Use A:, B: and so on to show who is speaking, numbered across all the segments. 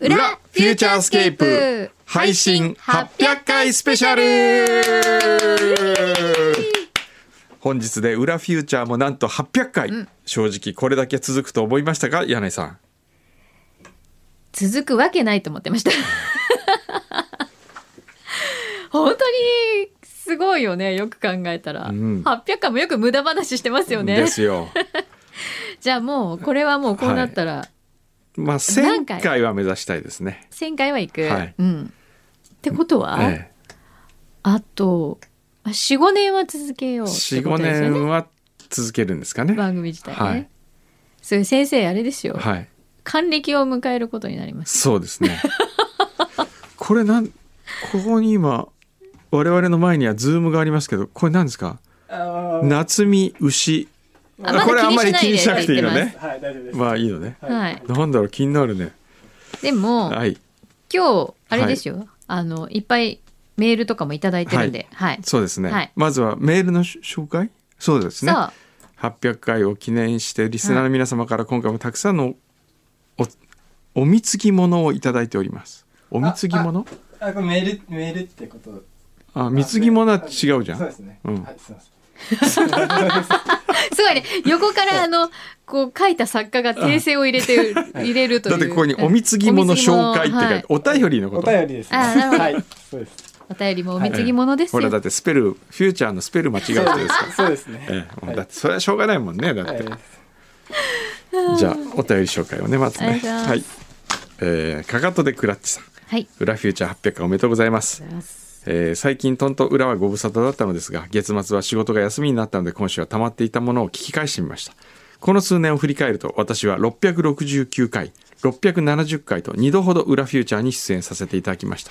A: ューチャースケープ配信800回スペシャル本日で裏フューチャーもなんと800回、正直これだけ続くと思いましたが柳井さん
B: 続くわけないと思ってました 本当にすごいよねよく考えたら、
A: ん
B: 800回もよく無駄話してますよね
A: ですよ
B: じゃあもうこれはもうこうなったら
A: ま あ
B: 何
A: 1000
B: 回
A: 回は目指したいですね、
B: 1000回は行く、
A: はい
B: うん、ってことは、
A: え
B: あと45年は続けよう
A: え、
B: って
A: 45
B: ことですよね
A: 年は続けるんですかね
B: 番組自体ね、
A: はい
B: それ先生あれですよ、
A: はい
B: 還暦を迎えることになります
A: そうですね これなんここに今我々の前にはズームがありますけどこれ何ですか夏見牛
B: あまだ
A: これあんまり
B: 気
A: 気
B: に
A: に
B: し
A: し
B: な
A: ない
B: で
A: く
B: って
A: ていい
B: 言
A: の
B: ってます
A: ね
C: はい、大丈夫です。
A: まあいいのね
B: はい
A: なんだろう気になるね
B: でも、
A: はい
B: 今日あれですよ、あのいっぱいメールとかもいただいてるんで、はい
A: そうですね、
B: はい
A: まずはメールのし紹介そうですね
B: さあ
A: 800回を記念してリスナーの皆様から今回もたくさんのおお貢ぎ物をいただいておりますお貢ぎ物
C: あ、これメール、メールってこと。
A: あ貢ぎ物は違うじゃ
C: そうで
A: ん
C: すね。
A: うん
C: はい、す
B: す
C: みません。
B: ごいね横からあのこう書いた作家が訂正を入れて入れるとい
A: だ
B: う
A: ってここにお貢ぎ物紹介って書いて、
B: はい
A: お便りのこ
C: お
A: と
C: 便りです、ね。
B: あなるほど
C: はい、そうです。
B: お便りもお貢ぎ物です
A: ほ
B: よ、
A: らだってスペルフューチャーのスペル間違う人ですから、
C: そうですね。
A: ええもうだってそれはしょうがないもんねだっ
C: はい
A: て、じゃあお便り紹介をねまず
B: お願
A: ね
B: いします
A: はい、えー、かかとでクラッチさん
B: はい
A: 裏フューチャー800回おめでとうございます
B: ありがとうございます
A: えー最近トント裏はご無沙汰だったのですが月末は仕事が休みになったので今週は溜まっていたものを聞き返してみましたこの数年を振り返ると私は669回670回と2度ほど裏フューチャーに出演させていただきました、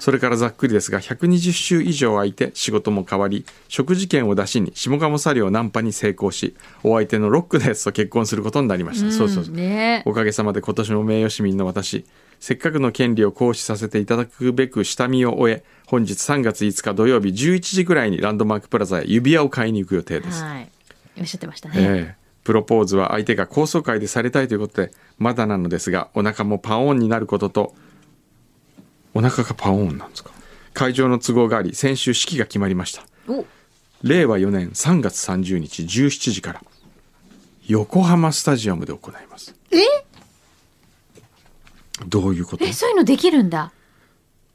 A: それからざっくりですが120週以上空いて仕事も変わり食事券を出しに下鴨サリをナンパに成功しお相手のロックのやつと結婚することになりました、そうそうそう
B: ね
A: おかげさまで今年も名誉市民の私、せっかくの権利を行使させていただくべく下見を終え、本日3月5日土曜日11時くらいにランドマークプラザへ指輪を買いに行く予定です。
B: はいおっしゃってましたね、
A: ええプロポーズは相手が高層階でされたいということで、まだなのですが、お腹もパンオンになることと、お腹がパンオンなんですか会場の都合があり、先週式が決まりました。
B: お
A: 令和4年3月30日17時から、横浜スタジアムで行います。
B: え
A: どういうこと
B: えそういうのできるんだ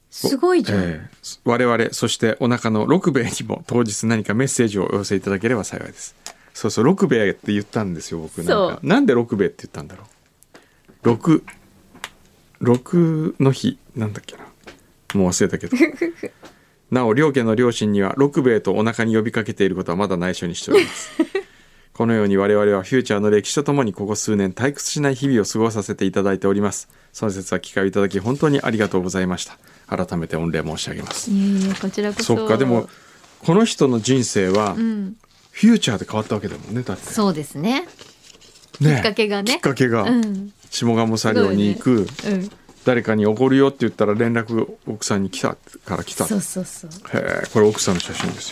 B: すごいじゃん、
A: ええ我々そしてお腹の六兵衛にも当日何かメッセージをお寄せいただければ幸いですそうそう六兵衛って言ったんですよ僕なん
B: そう
A: かなんで六兵衛って言ったんだろう六六の日なんだっけなもう忘れた けどなお両家の両親には六兵衛とお腹に呼びかけていることはまだ内緒にしております このように我々はフューチャーの歴史とともにここ数年退屈しない日々を過ごさせていただいておりますその説は機会をいただき本当にありがとうございました改めて御礼申し上げます
B: いやいやこちらこそ
A: そっかでもこの人の人生は
B: うん
A: フューチャーで変わったわけだもんねだって
B: そうですね
A: ね
B: きっかけがね
A: きっかけが
B: うん
A: 下鴨作業に行く、
B: うん
A: 誰かに怒るよって言ったら連絡奥さんに来たから来た
B: そうそうそう
A: へえこれ奥さんの写真です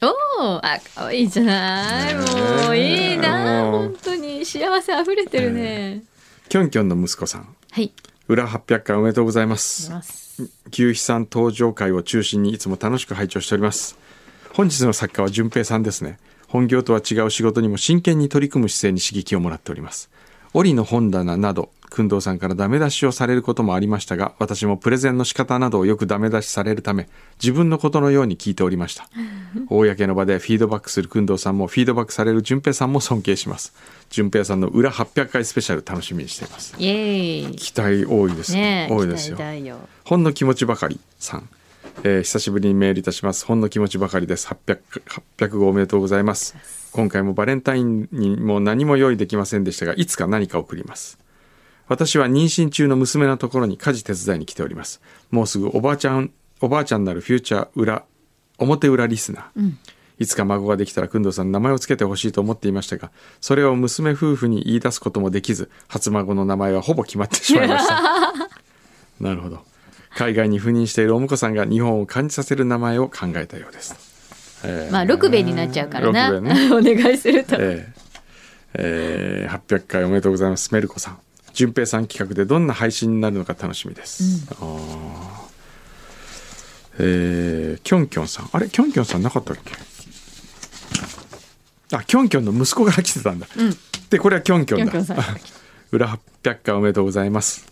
A: よ
B: おお、あ、可愛いじゃない。もういいな。
A: もう
B: 本当に幸せ溢れてるね。
A: きょんきょんの息子さん
B: はい。
A: 裏800回おめでとうございま
B: い
A: す
B: ます。
A: 牛肥さん登場会を中心にいつも楽しく拝聴しております本日の作家は順平さんですね本業とは違う仕事にも真剣に取り組む姿勢に刺激をもらっております折の本棚など工藤さんからダメ出しをされることもありましたが私もプレゼンの仕方などをよくダメ出しされるため自分のことのように聞いておりました 公の場でフィードバックする工藤さんもフィードバックされる順平さんも尊敬します順平さんの裏800回スペシャル楽しみにしています
B: イエーイ。
A: 期待多いです
B: ね
A: ね
B: え、
A: 多いですよ
B: 期待だよ。
A: ほんの気持ちばかりさん、えー久しぶりにメールいたしますほんの気持ちばかりです800 800号おめでとうございます今回もバレンタインにも何も用意できませんでしたがいつか何か送ります私は妊娠中の娘のところに家事手伝いに来ておりますもうすぐおばあちゃんおばあちゃんなるフューチャー裏表裏リスナー、いつか孫ができたら工藤さんに名前をつけてほしいと思っていましたがそれを娘夫婦に言い出すこともできず初孫の名前はほぼ決まってしまいましたなるほど。海外に赴任しているお婿さんが日本を感じさせる名前を考えたようです。えー
B: まあ、六兵衛になっちゃうからな。
A: 六兵衛
B: お願いすると。
A: えーえー800回おめでとうございます。メルコさん。順平さん企画でどんな配信になるのか楽しみです、あーえー、きょんきょんさんあれきょんきょんさんなかったっけあきょんきょんの息子から来てたんだ、でこれはきょんきょんだ
B: きょんきょんさん
A: 裏800回おめでとうございます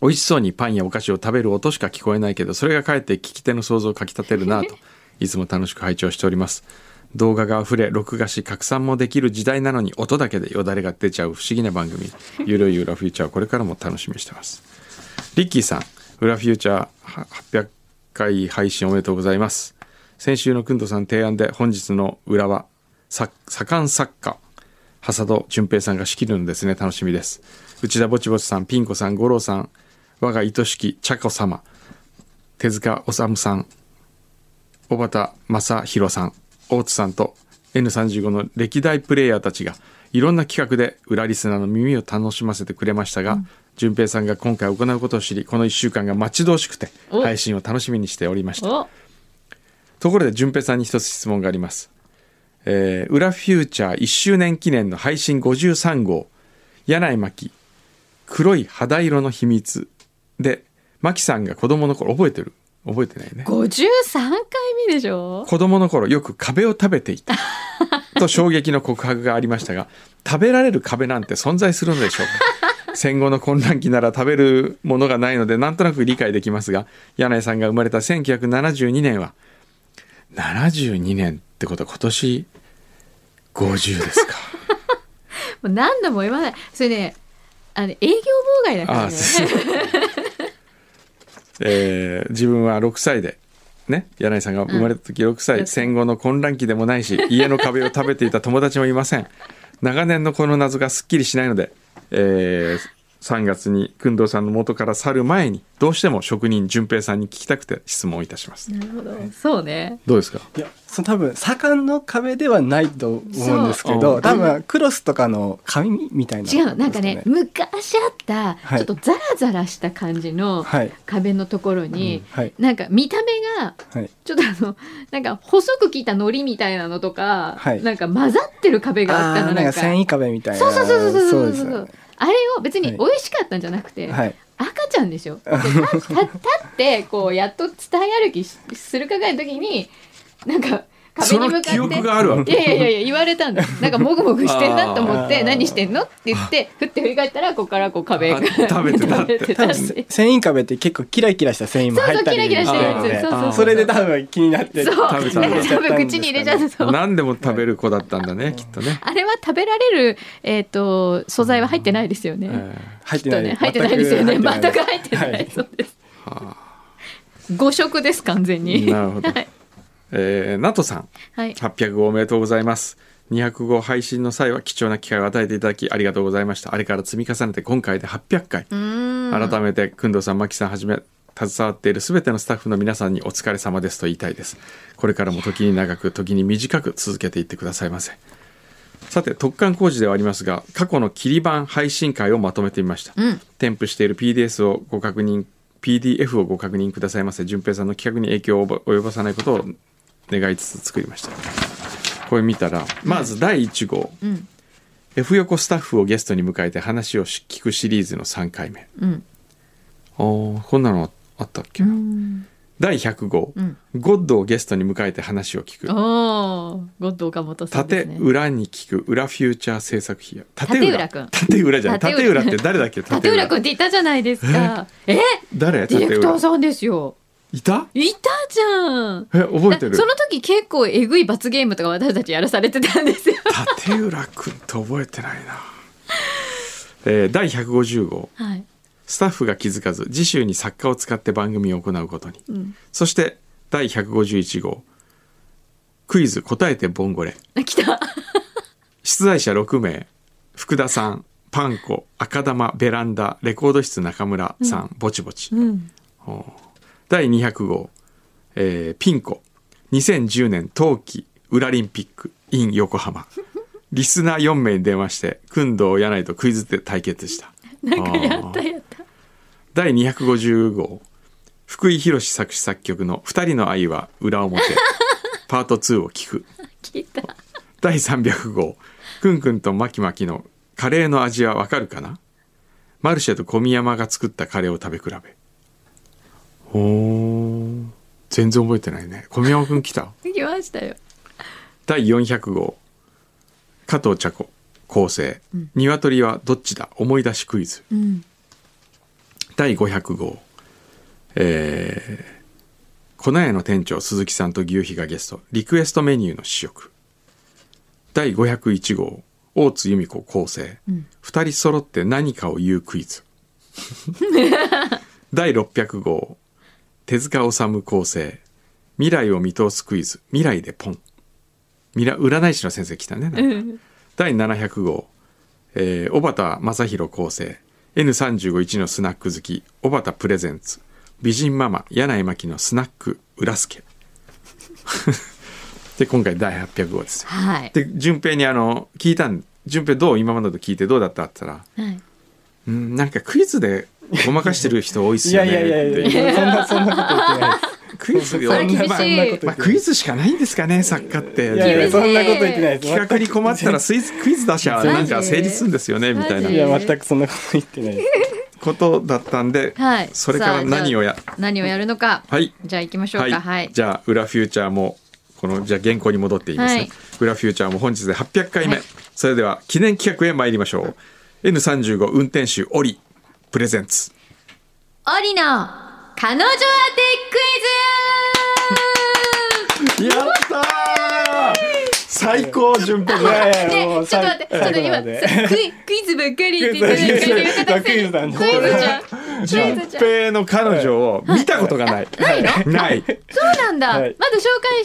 A: 美味しそうにパンやお菓子を食べる音しか聞こえないけどそれがかえって聞き手の想像をかきたてるなぁといつも楽しく拝聴しております動画があふれ録画し拡散もできる時代なのに音だけでよだれが出ちゃう不思議な番組「ゆるゆらフューチャー」これからも楽しみにしてますリッキーさん「裏フューチャーは800回配信おめでとうございます」先週のくんどさん提案で本日の裏はさ左官作家ハ戸淳平さんが仕切るのですね楽しみです内田ぼちぼちさんピン子さん五郎さん我が愛しき茶子様手塚治虫さん小畑正弘さん大津さんと N35 の歴代プレイヤーたちがいろんな企画で裏リスナーの耳を楽しませてくれましたが、淳平さんが今回行うことを知りこの1週間が待ち遠しくて
B: お
A: 配信を楽しみにしておりました
B: お
A: ところで淳平さんに一つ質問があります。えー、裏フューチャー1周年記念の配信53号柳井真紀黒い肌色の秘密で真紀さんが子供の頃覚えてる覚えてないね
B: 53回目でしょ
A: 子供の頃よく壁を食べていたと衝撃の告白がありましたが食べられる壁なんて存在するのでしょうか戦後の混乱期なら食べるものがないのでなんとなく理解できますが柳井さんが生まれた1972年は72年ってことは今年50ですか
B: もう何度も言わないそれねあの営業妨害だから
A: あ
B: ね
A: あそう そうえー自分は6歳でね柳井さんが生まれた時6歳、
B: うん
A: 戦後の混乱期でも ないし家の壁を食べていた友達もいません長年のこの謎がすっきりしないので、えー3月に工藤さんの元から去る前にどうしても職人淳平さんに聞きたくて質問をいたします
B: なるほどそうね
A: どうですか
C: いやその多分左んの壁ではないと思うんですけ
A: そうう
C: ど
A: ん
C: 多分クロスとかの紙みたいな、
B: 違うなんかね昔あった、
C: はい
B: ちょっとザラザラした感じの
C: はい
B: 壁のところに、
C: はい
B: なんか見た目が
C: はい
B: ちょっとあの なんか細く切った糊みたいなのとか、
C: はい
B: なんか混ざってる壁があった
C: あ
B: の
C: ーなん
B: な
C: か
B: んか
C: 繊維壁みたいな
B: そうそうそうそうそう
C: です
B: そう
C: よ
B: そ
C: ね
B: うあれを別に美味しかったんじゃなくて、
C: はい
B: 赤ちゃんですよ。で立立立ってこうやっと伝え歩きしするかがいの時になんか壁
A: そ
B: に
A: の
B: 向か
A: 記
B: っ
A: 憶
B: て。
A: があるわ
B: い
A: け
B: やいやいやいや言われたんだなんかもぐもぐしてんなと思っ
C: あ
B: て
C: ー
B: 何してんのって言ってふって振り返ったらここからこう壁が
A: あ食べてたっ て
B: 食べ
C: 多
B: た
C: 分
B: し
C: 繊維壁って結構キラキラした繊維も入ったり
B: そうそうキラキラして
A: るやつ
C: してる
A: そうそう
C: の
A: そう
C: でそれで多分気になって
B: そう
A: 食べたんだ
B: なんか多分口に入れちゃうそう
A: 何でも食べる子だったんだねきっとね、
B: あれは食べられる、えー、と素材は入ってないですよね。
A: えー
C: 入って
B: きっと
C: ない、
B: ね入ってないですよね。全く入ってない。
C: はい
B: そうです。誤食です完全に。
A: なるほど
B: はい。
A: えー、ナトさん
B: はい。
A: 800号おめでとうございます200号配信の際は貴重な機会を与えていただきありがとうございましたあれから積み重ねて今回で800回
B: うーん
A: 改めて工藤さん牧さんはじめ携わっている全てのスタッフの皆さんにお疲れ様ですと言いたいですこれからも時に長く時に短く続けていってくださいませさて特貫工事ではありますが過去の切り版配信会をまとめてみました、
B: うん
A: 添付している PDS をご確認 PDF をご確認くださいませ順平さんの企画に影響を及ぼさないことを願いつつ作りましたこれ見たらまず第1号、
B: ん
A: F 横スタッフをゲストに迎えて話をし聞くシリーズの3回目
B: うん。
A: あーこんなのあったっけ、
B: うん。
A: 第100号、
B: うん
A: ゴッドをゲストに迎えて話を聞く
B: おお、ゴッド岡本さんで
A: 縦
B: すね。
A: 裏に聞く裏フューチャー制作費や縦
B: 縦浦君
A: 縦裏じゃない
B: 縦
A: 縦
B: 浦
A: 裏って誰だっけ
B: 立浦君っていたじゃないですか。え、デ
A: 誰
B: ィレ
A: 縦
B: クタ
A: 浦
B: ーさんですよ。
A: いた
B: いたじゃん。
A: え覚えて
B: だ
A: る
B: その時結構えぐい罰ゲームとか私たちやらされてたんですよ。
A: 縦浦君って覚えてないな、えー第150号
B: はい。
A: スタッフが気づかず次週に作家を使って番組を行うことに、
B: ん
A: そして第151号クイズ答えてボンゴレ
B: あ来た。
A: 出題者6名福田さんパン粉赤玉ベランダレコード室中村さん、ぼちぼち、
B: うん。
A: おー第200号、えーピンコ2010年冬季ウラリンピック in 横浜リスナー4名に電話して工藤柳井とクイズで対決した
B: なんかやったやった。
A: 第250号福井博作詞作曲の「二人の愛は裏表」 パート2を聞く
B: 聞いた。
A: 第300号くんくんとまきまきの「カレーの味はわかるかな?」マルシェと小宮山が作ったカレーを食べ比べおー全然覚えてないね小宮山くん来た
B: 行きましたよ
A: 第400号加藤茶子構成、鶏はどっちだ思い出しクイズ
B: うん
A: 第500号えー、粉屋の店長鈴木さんと牛皮がゲストリクエストメニューの試食第501号大津由美子構成、二2人揃って何かを言う クイズ第600号手塚治虫構成未来を見通すクイズ未来でポン未来占い師の先生来たねなんか
B: うん
A: 第700号、えー、小畑正弘構成 N351 のスナック好き小畑プレゼンツ美人ママ柳井真紀のスナック裏助 で今回第800号ですよ
B: はい
A: で順平にあの聞いたん順平どう今までと聞いてどうだったって言ったら
B: はい
A: 「うんなんかクイズでごまかしてる人多いっ
C: い
A: すよ
C: や
A: ね」
C: いやいや
A: って
C: いや、そんな、そんなこと言ってないです。
A: クイズで
B: それ厳しい
A: まあ
C: そんなこと言って
A: ま
C: な
A: あ
C: い
A: クイズしかないんですかね作家って
C: いやいや、そんなこと言ってないです。
A: 企画に困ったらスイズクイズ出しゃなんか成立するんですよねみ
B: マジ
A: たいない
C: や、全くそんなこと言ってないです。
A: ことだったんで、
B: はい
A: それから何をや
B: 何をやるのか
A: はい
B: じゃあ行きましょ
A: は
B: う
A: い、
B: かはい
A: じゃあ裏フューチャーもこのじゃあ原稿に戻っていいですね、
B: はい
A: 裏フューチャーも本日で800回目、
B: はい
A: それでは記念企画へ参りましょう N35 運転手オリプレゼンツ
B: オリの彼女当てクイズ
A: やったー最高順平
C: いやいや、も
B: ね
C: う、
B: ちょっと待って、ちょっと
C: 最後
B: 今、
C: ま
B: クイ
C: で
B: クイズばっかり言っていただいてる方
C: クイズなんだ
B: クイズじゃん。クイ
A: 順
B: ズじゃん。
A: 平の彼女を見たことがない、
B: ないの
A: ない
B: そうなんだ。まだ
C: は
B: 紹
C: い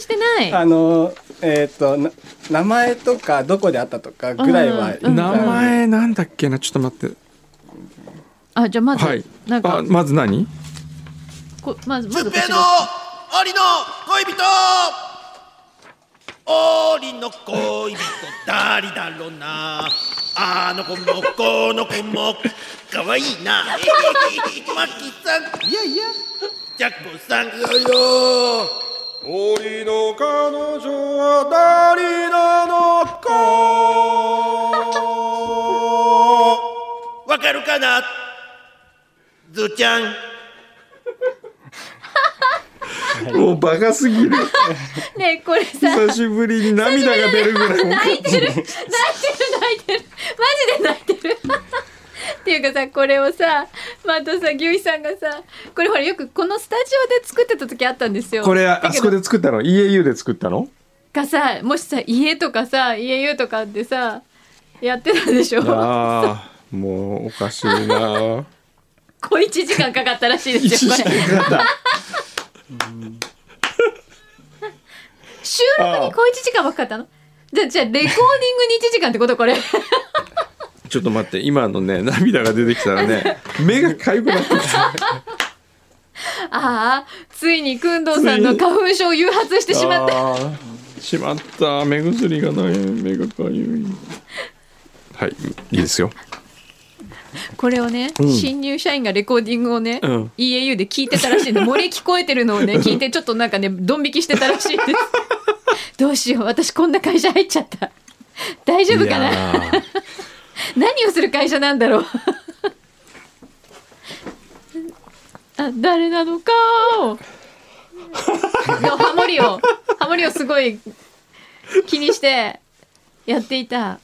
B: 介してない。
C: あの、えっと、な名前とか、どこで会ったとかぐらいは。
B: うん
A: 名前なんだっけなちょっと待って
B: あ、じゃあま
A: はい
B: ず、なん
A: あ
B: か、
A: まず何
B: こまず、まずこ
D: ペ
B: ち
D: の
B: ら。
D: オリの恋人オリの恋人誰だろうなあの子もこの子も可愛いなえーマキさんいやいやジャッコさんいやいやオリの彼女は誰なのかわかるかなずーちゃん
A: もうバカ すぎる
B: ねえこれさ、泣い
A: 久しぶりに涙が出るぐらい
B: てる、泣いてる、 泣いてる。マジで泣いてる。っていうかさこれをさまたさ牛肥さんがさこれほらよくこのスタジオで作ってた時あったんですよ
A: これ
B: だけど
A: あそこで作ったの EAU で作ったの
B: がさもしさ家とかさ EAU とかってさやってたでしょ
A: ああもうおかしい な
B: 小一時間かかったらしいです
A: 一
B: よ
A: 時
B: これ
A: 間だ
B: 収録に小一時間ばっかかったのじゃあじゃあレコーディングに1時間ってことこれ
A: ちょっと待って今のね涙が出てきた らね目がかゆくなってきた
B: ああついに工藤さんの花粉症を誘発してしまった
A: あーしまった目薬がない目がかゆいはいいいですよ
B: これをね、
A: ん
B: 新入社員がレコーディングをね、
A: うん
B: EAU で聞いてたらしい の漏れ聞こえてるのをね聞いてちょっとなんかねドン引きしてたらしいです どうしよう私こんな会社入っちゃった大丈夫か
A: い
B: な
A: やー
B: 何をする会社なんだろう あ誰なのかをのハモリをハモリをすごい気にしてやっていた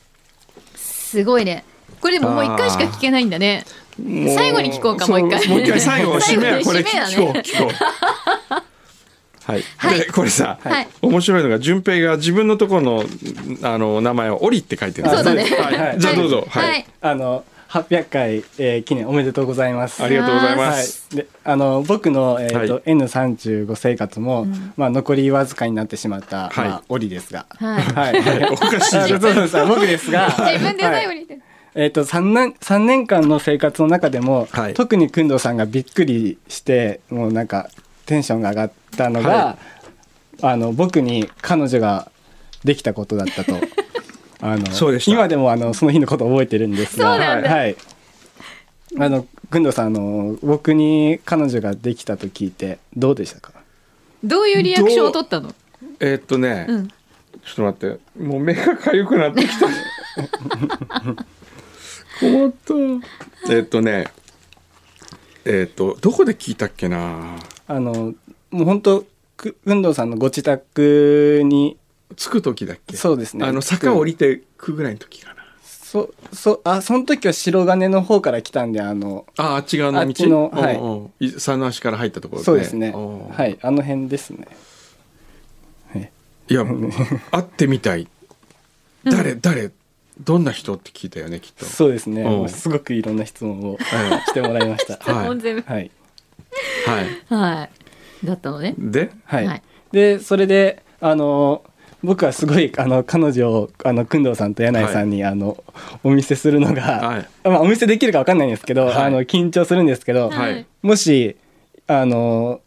B: すごいねこれでももう一回しか聞けないんだね
A: も
B: 最後に聞こうかもう一回
A: そもう一回最後
B: 最
A: 締
B: 後に
A: めはこれ
B: 締めだね
A: 聞こう聞こうはい、
B: はい
A: でこれさ、
B: はい
A: 面白いのが順平が自分のところのあの名前をオリって書いてるん
B: そうだね
A: は、
C: はいい
A: じゃあどうぞ
B: はい、はい
C: あの、800回、えー記念おめでとうございます。
A: ありがとうございます。
C: はい、であの僕の、えーと
A: はい
C: N35 生活も、まあ、残りわずかになってしまった、
A: はい
C: まあ、折ですが、
B: はい
C: はいは い、
A: おかしい
C: あそうです僕ですが
B: 自分で最後
C: はい
B: に言って、
C: えー、と 3, 年3年間の生活の中でも、
A: はい
C: 特に工藤さんがびっくりしてもうなんかテンションが上がったのが、
A: は
C: あの僕に彼女ができたことだっ たと。あの
A: そうでした
C: 今でもあのその日のこと覚えてるんですが
B: そうなんだ
C: はい、あの工藤さんあの僕に彼女ができたと聞いてどうでしたか
B: どういうリアクションを取ったの
A: えーっとね、
B: うん
A: ち ょっと待ってもう目がかゆくなってきた困った。えっとね、えっと、どこで聞いたっけな
C: あのもう本当く運動さんのご自宅に
A: 着く時だっけ
C: そうですね
A: あの、坂降りてくぐらいの時かな。
C: そそあその時は白金の方から来たんであの
A: あ、あっち側の道
C: あっちのはい
A: うんうんい山の足から入ったところ
C: そうですね
A: おー
C: はいあの辺ですねはい
A: いや、 会ってみたい。誰、誰、どんな人って聞いたよね、きっと。
C: そうですね
A: うん
C: すごくいろんな質問を
A: は
C: してもらいました
A: はい
B: 本全部
C: はい
A: はい。
B: はいだったのね
A: で、
C: はい、
B: はい
C: でそれであの僕はすごいあの彼女をあの工藤さんと柳井さんに、あのお見せするのが、
A: はい
C: まあ、お見せできるかわかんないんですけど、
A: はい
C: あの緊張するんですけど、
A: はい
C: もしあの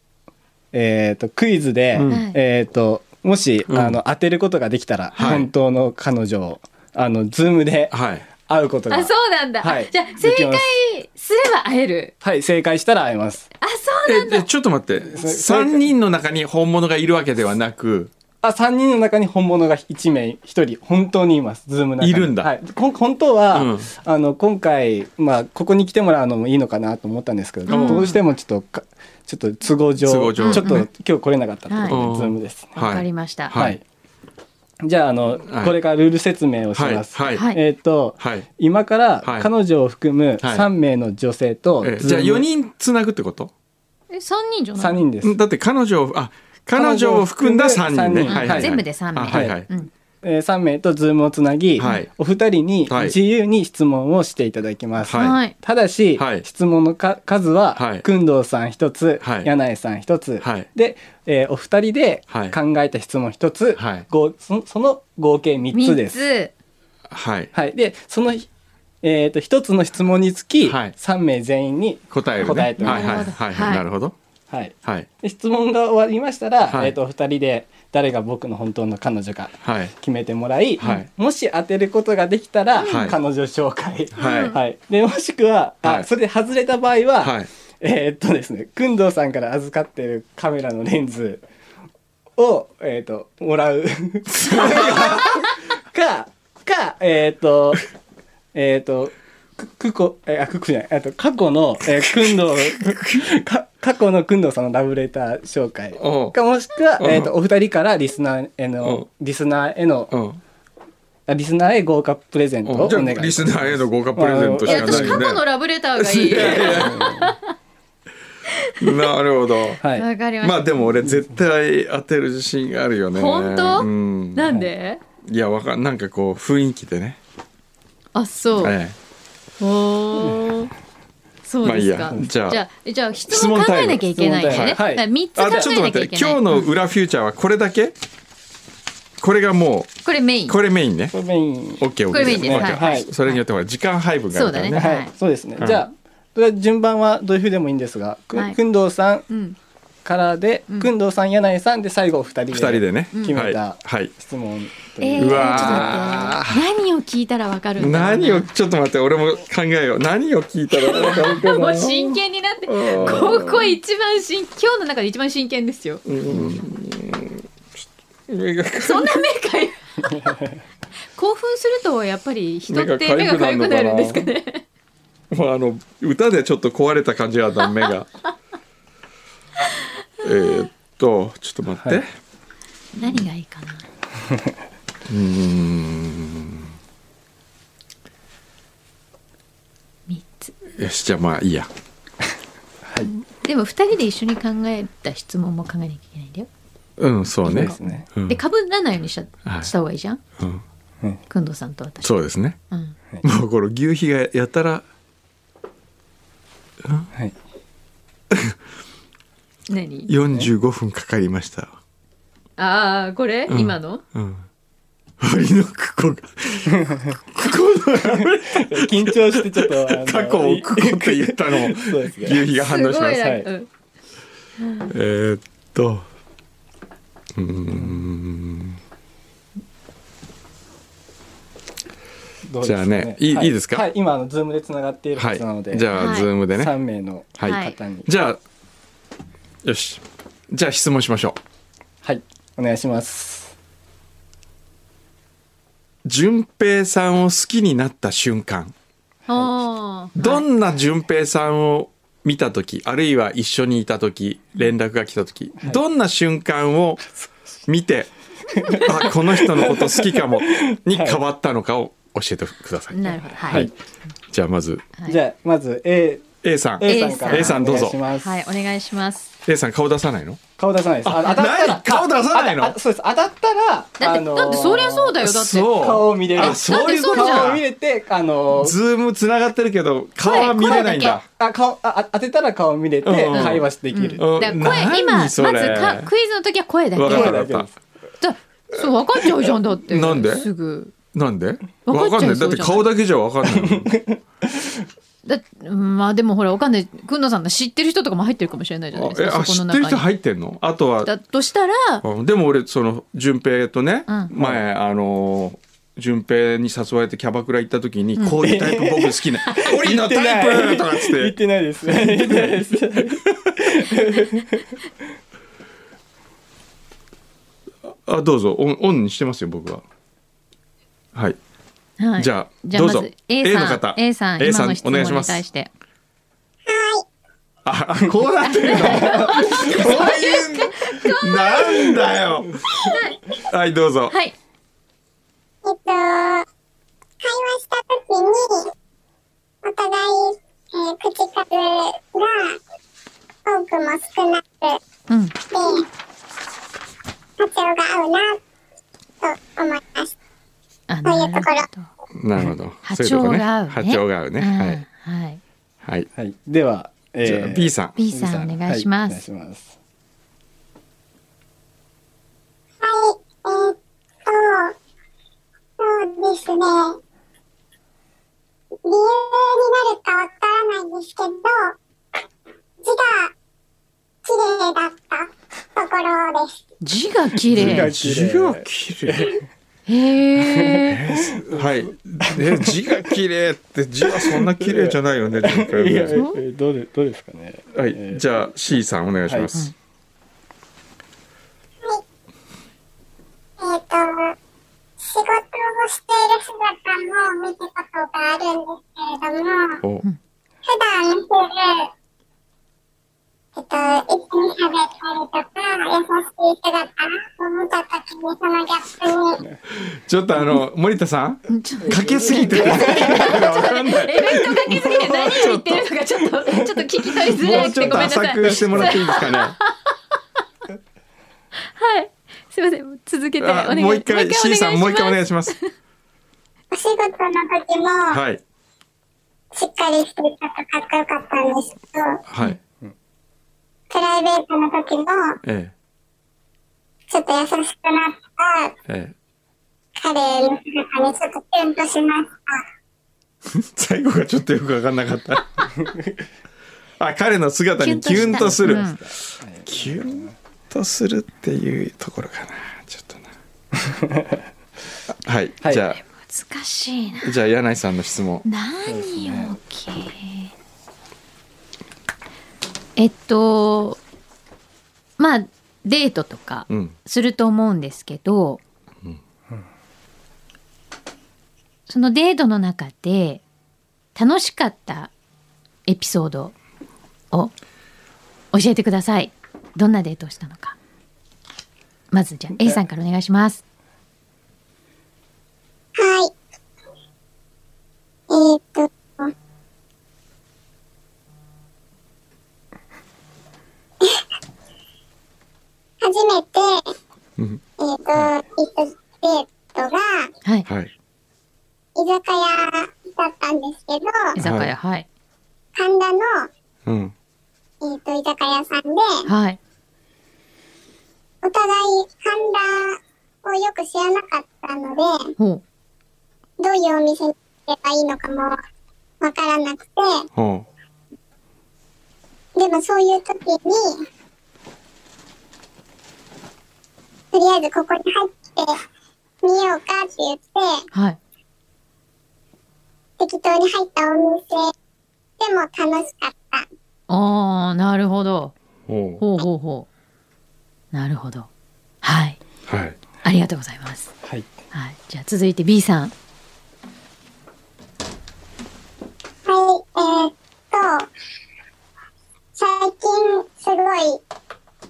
C: えっ、とクイズで、
A: うん
B: はい
C: えっ、ともし、
A: うん
C: あの当てることができたら、
A: はい
C: 本当の彼女をあのズームで
A: はい。
C: 会うことが
B: あそうなんだ、
C: はい
B: じゃあ正解すれば会える
C: はい正解したら会えます
B: あそう
A: え、でちょっと待って。
C: それ
A: 3人の中に本物がいるわけではなく、
C: あ3人の中に本物が1名1人本当にいますズームの中に
A: いるんだ
C: はい、こん本当は、
A: うん
C: あの今回、まあ、ここに来てもらうのもいいのかなと思ったんですけど、
B: うん
C: どうしてもちょっとかちょっと都合上
A: 都合上
C: ちょっと
B: うん
C: 今日来れなかったってことで、
A: はい
C: ズームですね
B: わかりました、
A: はい
C: はいじゃああ
A: は
C: の、
A: い
C: これからルール説明をし
A: はい。
C: ます、
A: はい。
B: はい
C: えっ、と、
A: はい。
C: 今から
A: はい
C: 彼女を含む
A: はい
C: 3名の女性と、
A: えじゃあ4人つなぐってこと
B: え三人じゃない
C: 3人です、
A: だって彼女をあ彼女を含んだ3人ね、
C: 彼女を含んで
A: はいはいはい
B: 全部で三名
A: あはいはい
B: うん
C: えー、3名とズームをつなぎ、
A: はい
C: お二人に
A: はい
C: 自由に質問をしていただきます、
A: はい
B: はい
C: ただし、
A: はい
C: 質問のか数は、
A: はい
C: 工藤さん一つ、
A: はい
C: 柳井さん一つ、
A: はい
C: で、えーお二人で
A: はい
C: 考えた質問一つ、
A: はい
C: ごそその合計三つです。
B: 三
A: はい
C: はい、でその、えー、と一つの質問につき、
A: はい
C: 三名全員に、
A: 答えるね
C: 答えて
A: はい
B: な
A: は
B: るほ
A: い
B: ど
A: は
B: は
A: いはいいなるほど
C: はい、
A: はい
C: で質問が終わりましたら、
A: はい
C: えー、とお二人で誰が僕の本当の彼女か
A: はい
C: 決めてもらい、
A: はい
C: もし当てることができたら、
A: はい
C: 彼女紹介、
A: はい
C: でもしくは、
A: はい
C: あそれで外れた場合は、
A: はい
C: えーっとですね工藤さんから預かってるカメラのレンズを、えーっともらう かかえーっとえーっとくくこえーあくこじゃないえーっと過去の、えー、工 藤か過去の工藤さんのラブレター紹介
A: おう
C: かもしくは、
A: うん
C: えーっとお二人からリスナーへのリスナーへの
A: うん
C: あリスナーへ豪華プレゼントをお
A: じゃ
C: 願
A: あ
C: いします
A: リスナーへの豪華プレゼント
B: い
A: し
B: や
A: かない
B: 私
A: よ
B: 過去の
A: ね
B: ラブレターがいい
A: なるほど
C: はい
B: わかりまし
A: ま
B: た、
A: あでも俺絶対当てる自信があるよね
B: 本当
A: うん
B: なんで
A: いやわかんなんかこう雰囲気でね
B: あそう、
A: え
B: おーそうです
A: ま
B: か
A: あ。いいやじゃあ
B: じゃあ、じゃあ質問考えなきゃいけないよね。
C: 質問タイムはい
B: 3つ
A: えあ
B: 考
A: ちょっ
B: え
A: と
B: な
A: 待
B: きゃ
A: っ
B: い
A: て
B: けない。
A: 今日の裏フューチャーはこれだけこれがも
B: これメイン。
A: うこれメインね
C: これメイン
A: オッケーオッ
B: こ
A: ケー
B: れメインです
A: オッケー
B: はい
C: はい
A: それによってほら時間配分があるから
B: そうだね
A: ね
C: はい、
B: はい
C: そうですね、
A: うん
C: じゃあこれ順番はどういうふうでもいいんですが、く
B: はい
C: 工藤さん
B: うん。
C: からで、
B: うん
C: 工藤さん柳井さんで最後二人で
A: 二人でね
C: 決めた
A: はいはい
C: 質問と
B: え
C: い
B: ー、
C: う、
A: うわ
B: ちょっと待って。何を聞いたらわかるんだろうな
A: 何をちょっと待って俺も考えよう何を聞いたらわかるか
B: も
A: な
B: う真剣になって、ここ一番真、今日の中で一番真剣ですよ。
A: 目がか
B: そんな目 かよ。興奮するとやっぱり人って目
A: 目
B: が痒
A: が痒
B: く
A: く
B: な
A: な
B: る
A: る
B: ん
A: のかな
B: ですかね。
A: もうあの歌でちょっと壊れた感じがあった目 がえーっとちょっと待って、
C: はい
B: 何がいいかな。三つ。
A: よしじゃあまあいいや
B: でも二人で一緒に考えた質問も考えなきゃいけないんだよ。
A: うんそうね
C: ですね
A: うん
B: で被らないようにし
A: は
B: た
A: い
B: した方がいいじゃん。
A: うん
B: くんどさんと私。
A: そうですね
B: うん。
A: もうこの牛皮がやたら
C: はい、
B: 何？
A: 45分かかりました
B: ああこれ、
A: ん
B: 今の？
A: うん割のクコが
C: 緊張してちょっとあの
A: 過去をクコって言ったのを
C: そうですね
A: 牛皮が反応します
B: すごいな
C: はい
B: うん
A: えーっとうーん
C: どう
A: じゃあねいい
C: はい
A: いですか
C: はい今あのズームでつながっているは
A: は
C: ずなので、
A: いじゃ
B: は
A: あ
B: い
A: ズームでね
C: 3名の
A: はい、
B: はい
C: 方に
A: じゃあよしじゃあ質問しましょ
C: はいお願いします
A: う順平さんを好きになった瞬間
B: あー
A: どんな順平さんを見た時あるいは一緒にいた時連絡が来た時、どんな瞬間を見 てあこの人のこと好きかもに変わったのかを教えてください。
B: なるほどはい、
A: はい、じゃあまず
B: はい
C: じゃあまず A
A: A さん
C: A さんから
A: A さんどうぞ
C: お願いします
B: はい、お願いします。
A: A さん顔出さないの
C: 顔出さないです。あ
A: あない顔出さないの
C: ああそうです。当たったら、
B: だって、
C: あのー
B: だってそりゃそうだよ。だって。
A: そう
C: 顔を見れる。
A: あそういうこ
B: そう
A: と
B: じゃん
C: 顔を
A: か
C: 見れて、あのー
A: ズームつながってるけど顔は見れないんだ
C: あ顔ああ当てたら顔を見れて
A: うんうん
C: 会話できる。
A: うん
B: だから声、今、ま
A: 何
B: ず
A: それ
B: かクイズの時は声だけ。
A: わかったわ
C: 声
A: か
C: だ
A: っ
C: けです
A: た
B: だそう、分かっちゃうじゃんだって。
A: なんです
B: ぐ。
A: なんでわ
B: わ
A: か
B: かっ
A: ん
B: ちゃ
A: ないいだ
B: そう
A: って
B: じゃん
A: 顔だけじゃわかんないもん
B: だうんまあでもほら、わかんない。くんのさんの知ってる人とかも入ってるかもしれないじゃないです
A: え
B: か。
A: あ
B: そこ
A: 知
B: の
A: ってる
B: 中
A: 人
B: に。
A: 入ってんのあとは
B: だとしたら、
A: あでも俺その順平とね、
B: うん
A: 前あの順平に誘われてキャバクラ行った時に、こういうタイプ僕好 きな「俺のタイプ!」とかっつっ
C: 言っててないです。言ってないです。
A: あどうぞオンオンにしてますよ僕ははい
B: はい
A: じゃあ
B: じゃあま
A: どうぞ
B: ず A さん、
A: A の方
B: A さん、
A: A さん
B: 今の質
A: お
B: 問
A: 願
B: に
A: いします
B: 対して。
A: あ こうなっ てるのそういうなんだよはいどうぞ、
B: はい。
E: えっと、会話したときに、お互い、えー口数が多くも少なく
B: うん。
E: て、波長が合うな、と思いました。
B: あ
E: そういうところ
B: なるほど
A: なるほど
B: 波
A: そういうと
B: 長
A: こね
B: が合うね。
A: 波長が合うねはい、
B: うん。はい。
A: はい
C: はい。では、え
A: じゃあ B さん
B: B さんお願いしま
C: はい
B: す。
C: お願いします。
E: はい、えーっと、そうですね。理由になるかわからないんですけど、字が綺麗だったところです。
B: 字が綺
C: 字が
B: 麗。
A: 字が綺麗
B: へ え。
A: はいえ字が綺麗って字はそんな綺麗じゃないよね順平
C: いや
A: 君
C: ええどうでどうですかね。
A: はい、じゃあ C さんお願いします。
E: えっ、と、仕事をしている姿も見たことがあるんですけれども、
A: お
E: 普段見てる、えっ、と、一緒に喋ったりとか、優しい姿を見たときに、そのギャップに、
A: ちょっとあの森田さん
B: ちょっ
A: かけすぎて る。わかんな
B: と
A: い
B: エフェクトかけすぎて何を言ってるのかちょっとちょっと聞き取りづ
A: も
B: ら
A: う
B: く
A: ちょ
B: て
A: っ
B: ご
A: と
B: めんなさ
A: 浅
B: い。
A: くしてもらっていいです かね。
B: はい。すみません。続けてお
A: あ
B: 願い。
A: もう一回 C さんもう一回お願い
B: し
A: します。
E: お仕事の時も、
A: はい
E: しっかりしていたとかっこよかったんですけど、
A: はい
E: プライベートの時も、
A: え
E: ちょっと優しくなった
A: えええ。
E: 彼の姿にちょっとキュンとしました。
A: 最後がちょっとよく分かんなかった。 あ彼の姿にキ
B: キ
A: ュ
B: ュ
A: ン
B: ン
A: と
B: と
A: す
B: した
A: る
B: うん。
A: キュンとするっていうところかな。ちょっとな。 はい、
C: はい
A: じゃ
B: ます。難しいな。
A: あじゃあ柳井さんの質問。
B: 何をき、えっとまあデートとか
A: うん
B: すると思うんですけど、そのデートの中で楽しかったエピソードを教えてくださいどんなデートをしたのかまずじゃあ A さんからお願いします
E: はい。えーっと。初めて、
A: うん
E: えーっと、行ったデートが、
B: はい
A: はい。
E: 居酒屋だったんですけど、
B: 居酒屋はい
E: 神田の、
A: うん。
E: えーっと、居酒屋さんで、
B: はい
E: お互い神田をよく知らなかったので、
B: ほう
E: どういうお店に行けばいいのかもわからなくて、
A: ほ
E: でもそういう時に、とりあえずここに入ってみようかって言って、
B: はい
E: 適当に入ったお店でも楽しかった。
B: ああなるほど
A: う。ほう。
B: ほうほうほう。なるほど。はい。
A: はい。
B: ありがとうございます。
C: はい。
B: はい。じゃあ続いて B さん。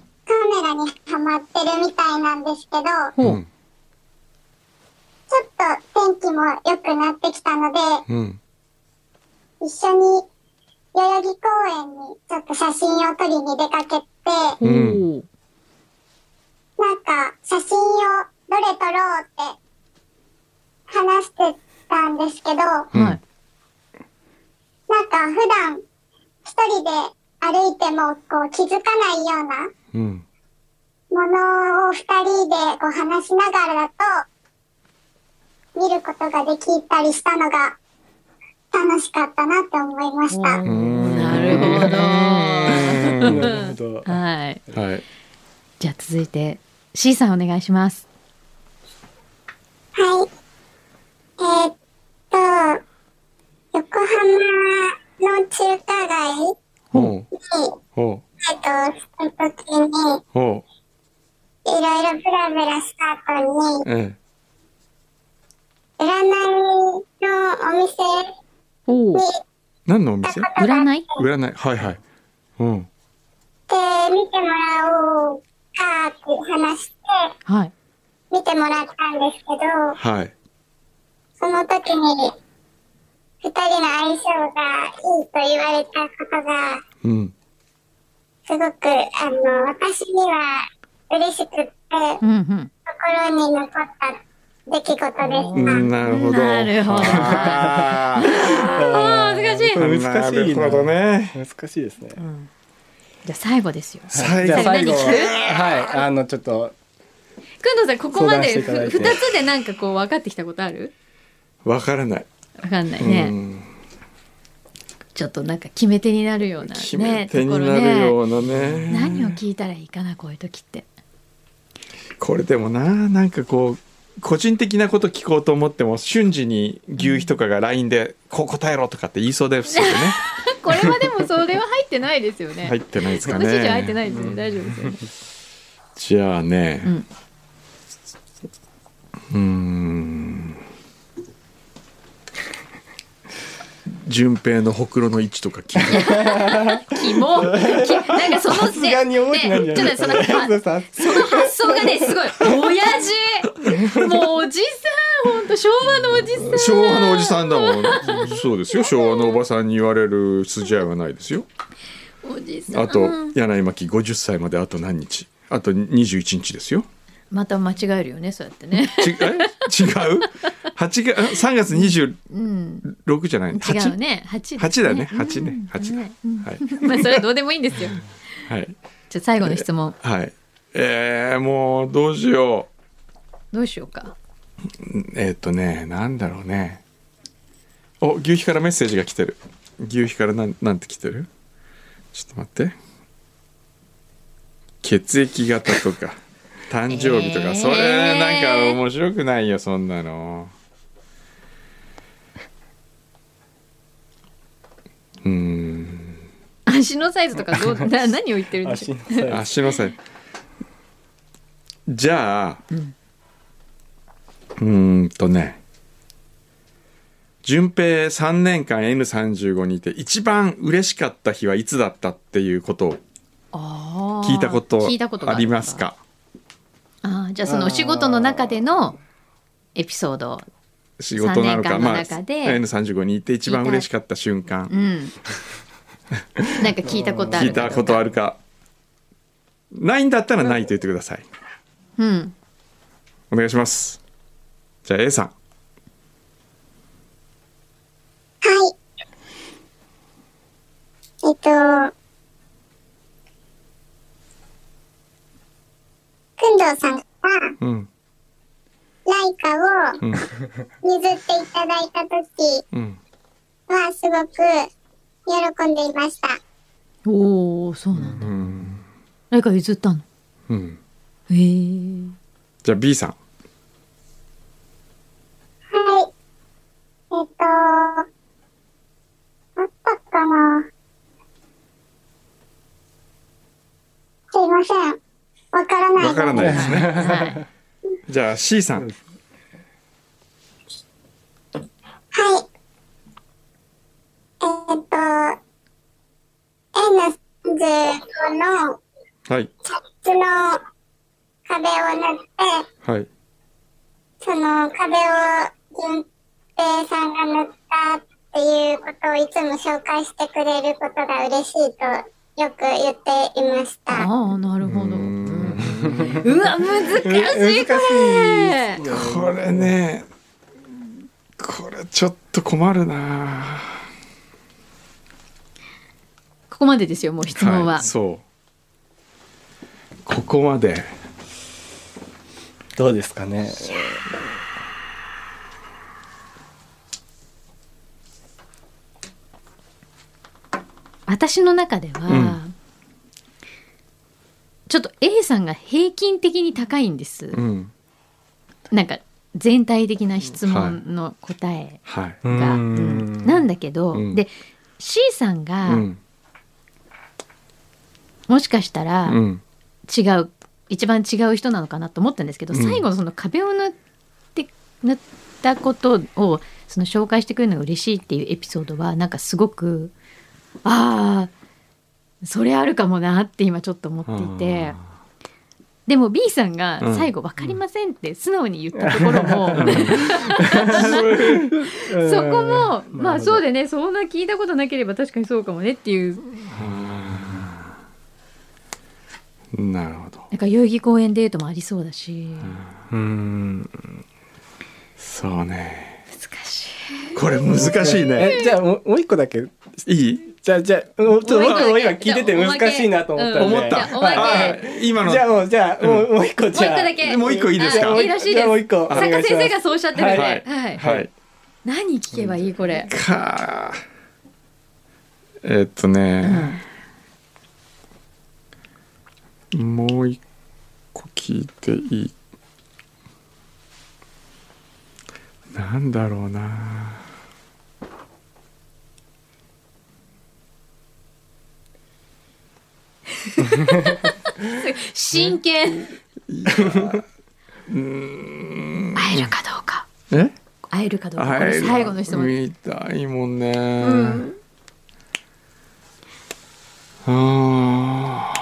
E: まってるみたいなんですけど、
A: う
B: ほうん
E: ちょっと天気も良くなってきたので、
A: うん
E: 一緒に代々木公園にちょっと写真を撮りに出かけて、
B: ほう
A: う
E: なんか写真をどれ撮ろうって話してたんですけど、なんか
A: うん
B: はい
E: 普段一人で歩いてもこう気づかないような
A: うん
E: ものを二人でこう話しながらだと見ることができたりしたのが楽しかったなって思いまし
B: お
E: た。
B: ーなるほど
C: なるほど。
B: はい
A: はい
B: じゃあ続いて C さんお願いします
E: はい。えーっと、横浜の中華街に、
A: ほうほ
E: えーっと、その時に、
A: うほ
E: いろいろブラブラした後に、
A: うえ
E: 占いのお店に
B: お
E: 行
B: お
A: 何のお店
E: ったことがあっ
B: 占
E: て
B: い、
A: 占いはいはいうん
E: 見てもらおうかって話して、
B: はい
E: 見てもらったんですけど、
A: はい
E: その時に、二人の相性がいいと言われたことが、
A: うん
E: すごく、あの、私には嬉しくって、心
B: うんうん
E: に残った出来事でした。
A: うんなるほど
B: なるほど
A: あ
B: あー難しい、
A: ー
C: 難しい
A: な
C: な
A: るほどね
C: 難しいですね。
B: じゃあ最後ですよ
A: 最
C: じゃあ
A: 後
C: 最後
B: 何聞く
C: はいあのちょっと
B: くんどうさんここまでふ
C: 相談
B: 二
C: していただいて
B: つでなんかこう分かってきたことある
A: わからない
B: わかんないうね
A: ん
B: ちょっとなんか決め手になるような
A: 決め
B: ね
A: 手になるようなね
B: 何を聞いたらいいかなこういう時って
A: これでもななんかこう個人的なこと聞こうと思っても瞬時に牛皮とかが LINE で「こう答えろ」とかって言いそうですよね
B: これはでもそれは入ってないですよね
A: 入ってないです
B: こ
A: か
B: の
A: ね
B: 指示は入ってないですよね大丈夫です よね
A: じゃあね
B: うん
A: うーん順平のほくろの位置とか聞いて
B: キモきなんかその
C: さすがに覚えてないんじゃない
B: ね ちょっと待ってその
C: さん
B: その発想がねすごい親父もうおじさんほんと昭和のおじさん
A: 昭和のおじさんだもんそうですよ昭和のおばさんに言われる筋合いはないですよ
B: おじさん
A: あと柳巻50歳まであと何日あと21日ですよ
B: また間違えるよねそうやってね
A: ちえ違 う八月3月26
B: うん
A: じゃない
B: 違
A: 八
B: うね八
A: 八だね八ね八だはい
B: まあそれはどうでもいいんですよ
A: はい
B: じゃあ最後の質問
A: はいえー、もうどうしよ
B: どうしようか
A: うえーっ、とねなんだろうねお牛皮からメッセージが来てる牛皮からなんなんて来てるちょっと待って血液型と か誕生日とか、
B: えー
A: それなんか面白くないよそんなのうーん
B: 足のサイズとかどうな何を言ってるんでし
C: 足
B: ょう
C: のさ
A: 足のサイズじゃあ
B: ん
A: うーんとね順平3年間 N35 にいて一番嬉しかった日はいつだったっていうことを
B: あー
A: 聞いたこと
B: 聞いたことが
A: ありますか
B: あーじゃあそのお仕事の中でのエピソード
A: 仕事なのか
B: 3年間の
A: まあ
B: 中で
A: N35 にいて一番嬉しかった瞬間
B: うん なんか聞いたことある
A: 聞いたことあ
B: る
A: るかないんだったらないと言ってください
B: うん
A: お願いしますじゃあ A さん
E: はい。えっと、くんどうさんが
A: うん
E: ライカを
A: うん
E: 譲っていただいたとき
A: うん
E: はすごく喜んでいました。
B: おおそうなんだ
A: うん
B: 誰か譲ったの
A: うん
B: へえ
A: じゃあ B さん
E: はい。えっと、あったかなすいません。わからない
A: わからないですね。
B: はい
A: じゃあ C さん。
E: はい。えーっと、N35 の
A: はい。
E: その壁を塗って、
A: はい
E: その壁を順平さんが塗ったっていうことをいつも紹介してくれることが嬉しいとよく言っていました。
B: ああ、なるほど。
A: うーん
B: うわ、難しい、これ。
A: これねこれちょっと困るな
B: ここまでですよ、もう質問は。
A: い、そうここまで
C: どうですかね
B: 私の中では、
A: うん
B: ちょっと A さんが平均的に高いんです。
A: うん
B: なんか全体的な質問の答え
A: はい
C: が
B: が。うんなんだけど、
A: うん
B: で C さんが、
A: うん
B: もしかしたら
A: うん
B: 違う、一番違う人なのかなと思ったんですけど、
A: うん
B: 最後のその壁を塗って塗ったことをその紹介してくれるのが嬉しいっていうエピソードはなんかすごくああそれあるかもなって今ちょっと思っていて。
A: あ
B: でも B さんが
A: うん
B: 最後「分かりません」って素直に言ったところも、 そこもまあそうでねそんな聞いたことなければ確かにそうかもねっていう
A: ーなるほど
B: なんか代々木公園デートもありそうだし
C: うん
A: そうね
B: 難し
A: これ難しいね
C: えじゃあもうもう一個だけ
A: いい
C: じゃあじゃあもうちょっともう一
B: も
C: 個も
B: う
C: う
B: 一個
C: 今
B: だけ
C: 聞いてて難しいなと思ったんで
A: 思っ
B: じゃ
A: た
B: あおまけ
A: あ今の
C: じゃあもうじゃあもうもう一個
B: いもう一
C: じ
B: 個
C: ゃあ
B: だけ
A: もう一個いいですか
B: あいいらしいで
C: じゃ
B: す
C: あもう一個お
B: 作
C: 願
B: 家
C: いし
B: 先
C: ま
B: 生
C: す
B: がそうおっしゃってるので、
C: は
B: はいい
A: はい
B: 何聞けばいいこれ、
A: かえっとね、もう一個聞いていいなんだろうな
B: 真剣会えるかどうか
A: え
B: 会えるかどうかこ
A: 会
B: れ
A: える
B: 最後の質問
A: みたいもんね、
B: ん
A: あー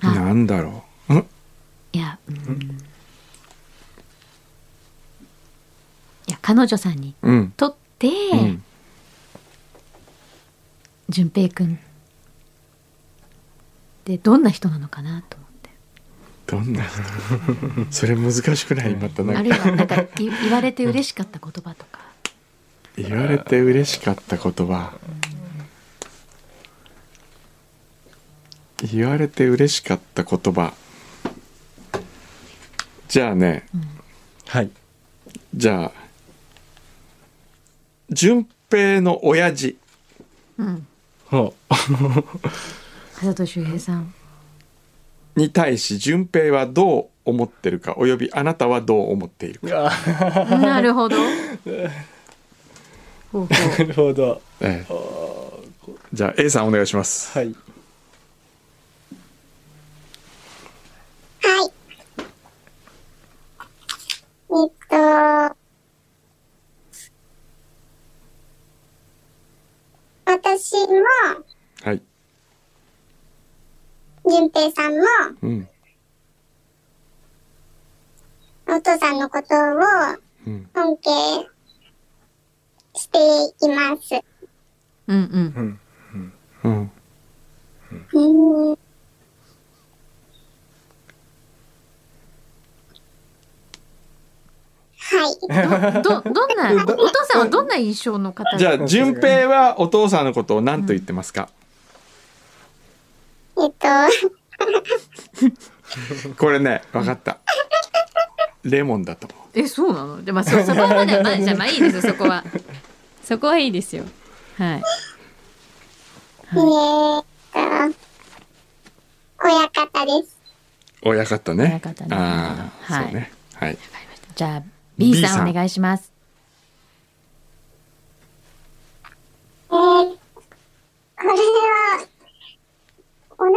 B: あ
A: なんだろう、ん
B: いや、うん、いや彼女さんに
A: うん
B: とって、
A: うん
B: 淳平くんってどんな人なのかなと思って
A: どんな 人それ難しくないまたな
B: あ
A: ん
B: るい
A: か
B: はなんかい言われて嬉しかった言葉とか
A: 言われて嬉しかった言葉言われて嬉しかった言葉じゃあね
C: はい
A: じゃあ順平の親父
B: うん
C: ほ
B: 風戸周平さん
A: に対し順平はどう思ってるかおよびあなたはどう思っている
C: う
A: か、
C: うわ
B: なるほ どほうほう
C: なるほど
A: ええじゃあ A さんお願いします、
C: はい
E: はい。えっと、私も、
A: はい
E: 淳平さんも、
A: うん
E: お父さんのことを
A: うん
E: 尊敬しています。
B: うんうん
A: うん
E: うん。はい。
B: どどどんなお父さんはどんな印象の方
A: じゃあ順平はお父さんのことを何と言ってますか、
E: えっと、
A: これね分かったレモンだと思
B: えそうなのでまあそそこまでまあじゃあまあいいです よそこはそこはいいですよはい
E: えーっと、親方です。
A: う親方ね
B: 親方ね
A: ああ、
B: はい
A: そうねはい
B: わかりましたじゃあ B さん
A: B さん
B: お願いします。
E: えー、これは、同じになっ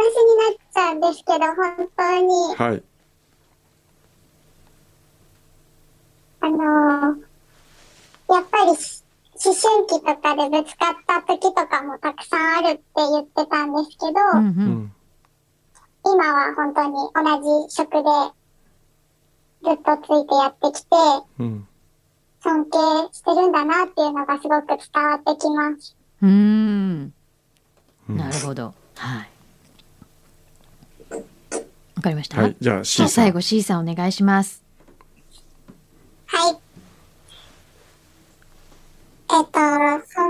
E: ちゃうんですけど、本当に、
A: はい
E: あのーやっぱりし、思春期とかでぶつかった時とかもたくさんあるって言ってたんですけど、
B: うんう
A: うんん
E: 今は本当に同じ職でずっとついてやってきて、
A: うん
E: 尊敬してるんだなっていうのがすごく伝わってきます。
B: うーん
A: うん
B: なるほどはいわかりました、
A: はいじゃあ C さ
B: 最
A: ん
B: 後 C さんお願いします
E: はい。えっと、尊敬してる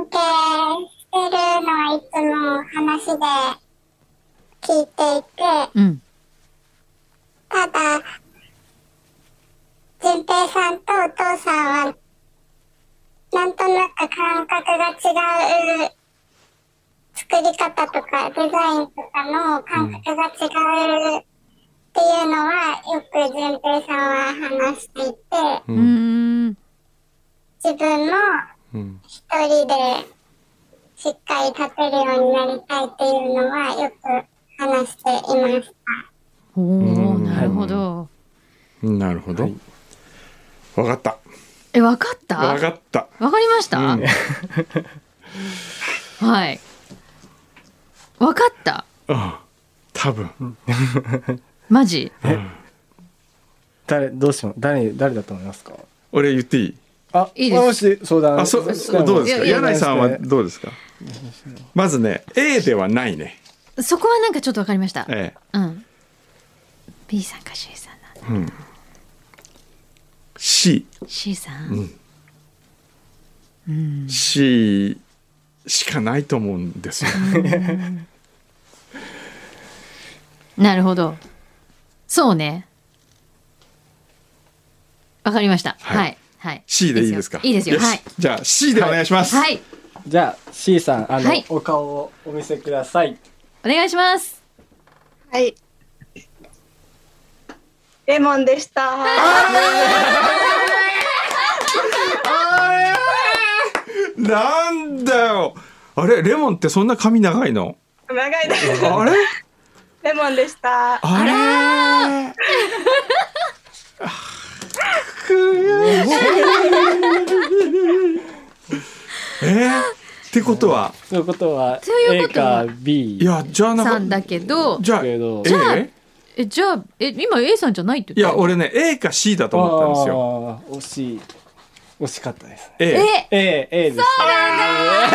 E: のはいつも話で聞いていて、
B: うん
E: ただ、淳平さんとお父さんは、なんとなく感覚が違う作り方とかデザインとかの感覚が違うっていうのは、よく淳平さんは話していて、
B: うーん
E: 自分も
A: うん
E: 一人でしっかり立てるようになりたいっていうのは、よく話していました。
B: おおなるほど
A: なるほどわかった
B: えわかった
A: わかった
B: わかりました、
A: うん
B: はいわかった
A: あ多分
B: マジ
C: 誰どうしも誰誰だと思いますか
A: 俺言っていい
C: あ
B: いいです
C: もし相談
A: あそ
C: しても
A: どうですか
B: いやいや
A: 柳井さんはどうですかまずね A ではないね
B: そこはなんかちょっとわかりました、
A: え
B: うん B さんか C さんなんだ
A: えうん C
B: C さん、
A: ん C しかないと思うんですよ
B: なるほどそうねわかりました
A: はい
B: はいはい
A: C でいいですか
B: いいですよ
A: し
B: はい
A: じゃあ C でお願いします
B: はい
C: じゃあ C さんあの、
B: はい
C: お顔をお見せください
B: お願いします
F: はい。レモンでした。
A: あれなんだよあれレモンってそんな髪長いの
F: 長いで
A: あ
F: す。レ
A: れ
F: モンでした。
A: あれあ悔しい えーってことは
C: ということは
B: という
C: A
B: ことは
C: か B
A: いやじゃあな
B: さ
A: ん
B: ん
A: か
B: だけど
A: じゃあ
C: けど
A: A?
C: じ
B: えじゃあえ今 A さんじゃないって
A: い
B: 言っ
A: や
B: たよ
A: 俺ね A か C だと思ったんですよ
C: あー惜しい惜しかったですね
A: A
B: え
C: A A です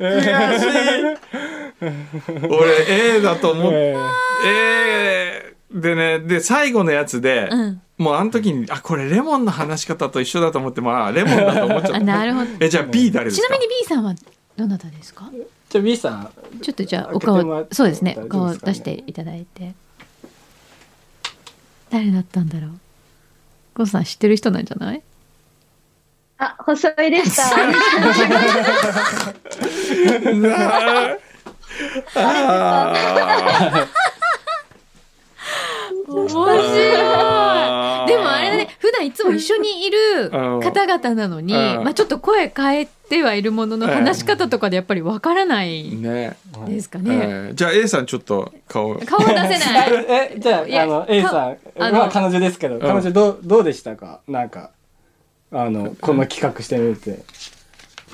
A: 俺 A だと思っ
C: えー
A: A でねで最後のやつで、
B: うん
A: もうあの時にあこれレモンの話し方と一緒だと思ってまあレモンだと思っちゃ
B: あ
A: った
B: な るほど
A: えじゃあ B 誰で
B: ち
A: すか
B: なみに B さんはどなたですか
C: じゃあ B さん
B: ちょっとじゃあ
C: 開
B: お
C: けてもらっ
B: 顔
C: て
B: そうですね
C: も
B: お
C: 大丈夫
B: 顔
C: ですかね
B: 出していただいて誰だったんだろうゴンさん知ってる人なんじゃない
F: あ、細いでした。
A: あ
B: 面白いでもあれだね普段いつも一緒にいる
A: うん
B: 方々なのに、
A: うん
B: まあ、ちょっと声変えてはいるものの
A: うん
B: 話し方とかでやっぱりわからな
A: ー
B: い
A: ね
B: ですか
A: え
B: ね、
A: ーじゃあ A さんちょっと顔
B: 顔は出せない
C: えじゃ
B: いや
C: ああの A さん
B: かあ
C: は
B: の
C: 彼女ですけど彼女どうどうでしたかなんかあのこの企画してみて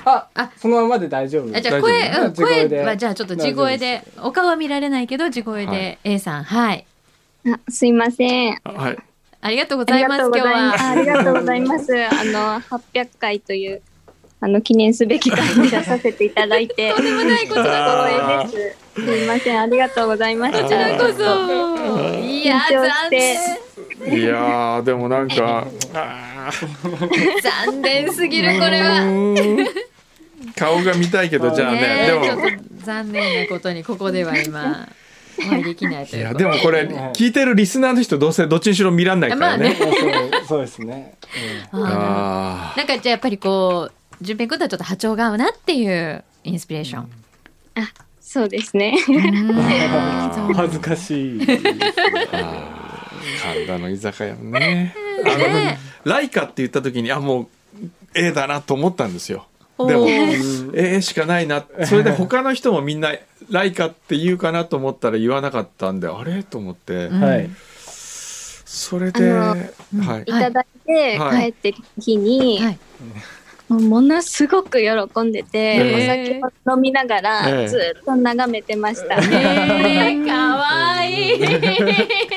C: あ
B: あ
C: そのままで大丈夫
B: あじゃあ
A: 大
B: 声,、
A: 丈
B: うん、
C: 夫地声で
B: 声はじゃあちょっと地声
C: 大丈
B: でお顔は見られないけど地声
A: は
B: で A さんはい
G: あすいません。あ
A: はい
B: ありがとうござ
G: り
B: い
G: が
B: ます
G: とう
B: 今
G: ご
B: 日
G: ざいます。
B: は
G: ありがとうございます。あの800回というあの記念すべき回に出させていただいて
B: とんでもないことだ
G: 光栄です。すいません。ありがとうございました。
B: こちらこそいや
G: 緊張
B: 残
G: して
B: 念
A: いやーでもなんかあ
B: 残念すぎるこれは。
A: ー顔が見たいけどじゃあね
B: ねえ
A: でも
B: ちょっと残念なことにここでは 今お会いできないと
A: い
B: いう
A: や
B: こと
A: でもこれ聞いてるリスナーの人どうせどっちにしろ見らんないからね,、
C: そうそうですね、
B: あー
A: あ
B: なんかじゃあやっぱりこう順平君とはちょっと波長が合うなっていうインスピレーション、
G: そうですね。
C: うん恥ずかしい
A: ー神田の居酒屋もね
B: ね
A: ライカって言った時にあもう A だなと思ったんですよ
B: おー
A: でも A しかないなそれで他の人もみんなライカって言うかなと思ったら言わなかったんであれと思って、
B: ん
C: はい
A: それで、は
G: あの
A: い
G: いただいて
A: はい
G: 帰ってきた日に、
B: はい
G: もうものすごく喜んでて、
B: えー
G: お酒を飲みなが
A: ええ
G: らずっと眺めてました。
B: えー、かわいい。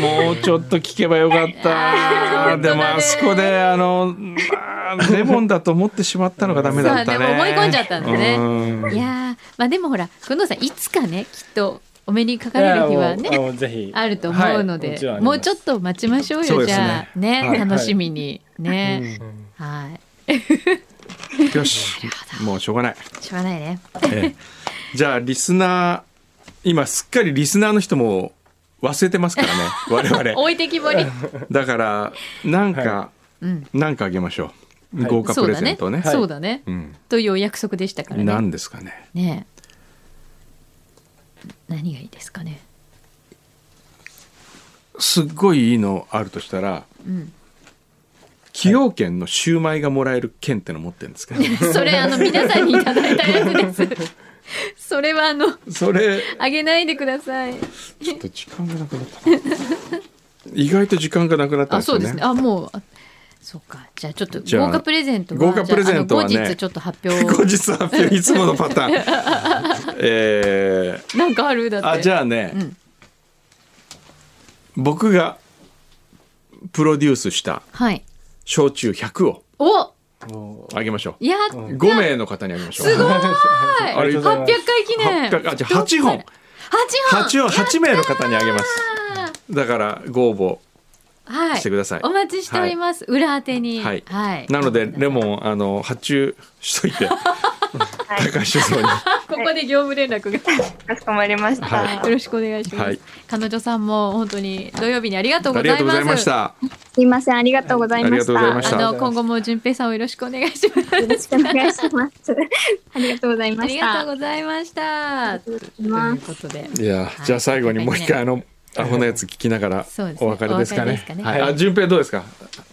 A: もうちょっと聞けばよ かった。でもあそこで、あの、まあ、レモンだと思ってしまったのがダメだったね。
B: そうでも思い込んじゃったんだね
A: うん
B: いやーまあでもほら工藤さんいつかねきっとお目にかかれる日はい
C: や
B: ね
C: もうあのぜひ
B: あると思うの
C: はいも
B: で
C: ちろんあ、りま
B: も
C: す
B: うちょっと待ちましょう
A: そ
B: よ
A: うで
B: じ
A: すね
B: ゃあね、
A: はい
B: 楽しみにね、はい
A: よし、もうしょうがない。
B: しょうがないね
A: ええじゃあリスナー今すっかりリスナーの人も忘れてま すからね我々
B: 置いてきぼり
A: だからなんか、
C: は
B: うん
A: なんかあげましょう、
C: はい
A: 豪華
B: そ
A: プ
B: う
A: レ
B: だ
A: ゼン
B: ね
A: トをね
B: そうだね
A: うん、
B: というお約束でしたからね
A: 何ですかね
B: ねえ何がいいですかね
A: すっごいいいのあるとしたら
B: うん
A: 崎陽軒のシューマイがもらえる券っての持ってるんですけど、
B: それあの皆さんにいただいたやつです それはあの
A: それ
B: あげないでください
A: ちょっと時間がなくなったな意外と時間がなくなったん
B: あ
A: です
B: そう
A: よね
B: ですねあもうあそうかじゃあちょっと
A: じゃあ
B: 豪華プレゼントは
A: 豪華プレゼントはね
B: じゃああの後日ちょっと発
A: 後
B: 表
A: 日発表いつものパターン えー、
B: なんかあるだって
A: あじゃあね、
B: うん
A: 僕がプロデュースした
B: はい
A: 焼酎100を
B: お
C: も
A: あげましょ
B: やっ
A: う
B: た
A: 5名の方にあげましょう
B: すごい
A: ありがとう
B: 800
A: ござい
B: 回
C: ます
B: 記念
A: 800あじゃあ8本
B: 8
A: 8
B: 本
A: を8名の方にあげます
B: あ
A: だからご応
B: ーは
A: 募してください、
B: お待ちしております、裏当てに
A: はい
B: はい、
A: な のでレモンあの発注しといて高橋さんに
B: ここで業務連絡が
H: かしこまりました。
A: はい
B: よろしくお願いします、
A: はい
B: 彼女さんも本当に土曜日にありがとう
A: あ
B: ご
A: り
B: ざ
A: が
B: い
A: とうご
B: ます
A: ざいました
G: すいません、ありがとうございま
A: ありがと
G: し
A: うござい
G: た。
A: ました
B: あの今後も順平さんをよろしくお願いします
G: よろしくお願いします。ありがとうござい
B: あ
G: まし
B: り
G: た。
B: がとうございましたということで
A: いやじゃあ最後にもう一回あのアホなやつ聞きながら
B: そうですね
A: お別れですか
B: お別れで
A: ね
B: すかね
A: はい、あ順平どうですか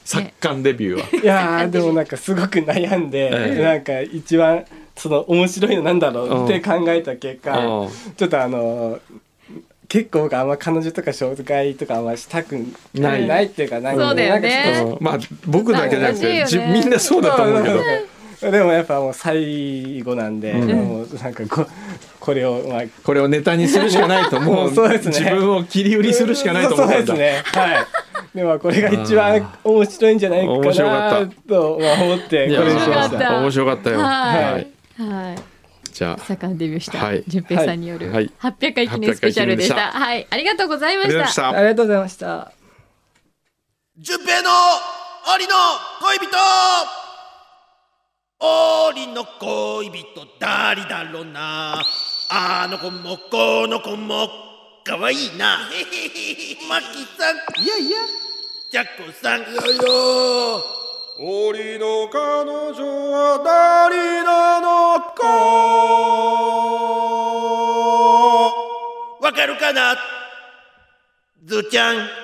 A: 作家デビューは、
C: ういやーでもなんかすごく悩んで、
A: ええ
C: なんか一番その面白いのなんだろうって考えた結果、
A: うん
C: ちょっとあのー結構僕あんま彼女とか紹介とかあんましたくな
A: ない
C: いないっていうかなんか
B: そうだよね
C: なんかちょっと
A: うんまあ僕だけじゃなくて
B: 難しいよね
A: じみんなそうだと思うけど
C: でもやっぱもう最後なんで、
A: うん
C: もうなんかここれをまあ
A: これをネタにするしかないともう
C: そうですね
A: 自分を切り売りするしかないと思ったんだ
C: そうですねはいでもこれが一番面白いんじゃないか
A: 面白か
C: な
A: っ
C: とまあ思って
A: いや
C: これにしま
B: 面白
C: し
B: かったた
A: 面白かったよ
B: はい
A: はい
B: はい
A: じゃあ
B: 盛んデビューした
A: はい
B: 順平さんによる
A: はい
B: 800回記念スペシャルでし
A: 800
B: たはいありがとうございま
A: あり
B: し
A: がとうございま
B: た
A: した
C: ありがとうございました
D: 純平の檻の恋人檻の恋人誰だろうなあの子もこの子も可愛いな マキさんいやいやジャッコさんいやいや檻の彼女は誰なのかわかるかなズーちゃん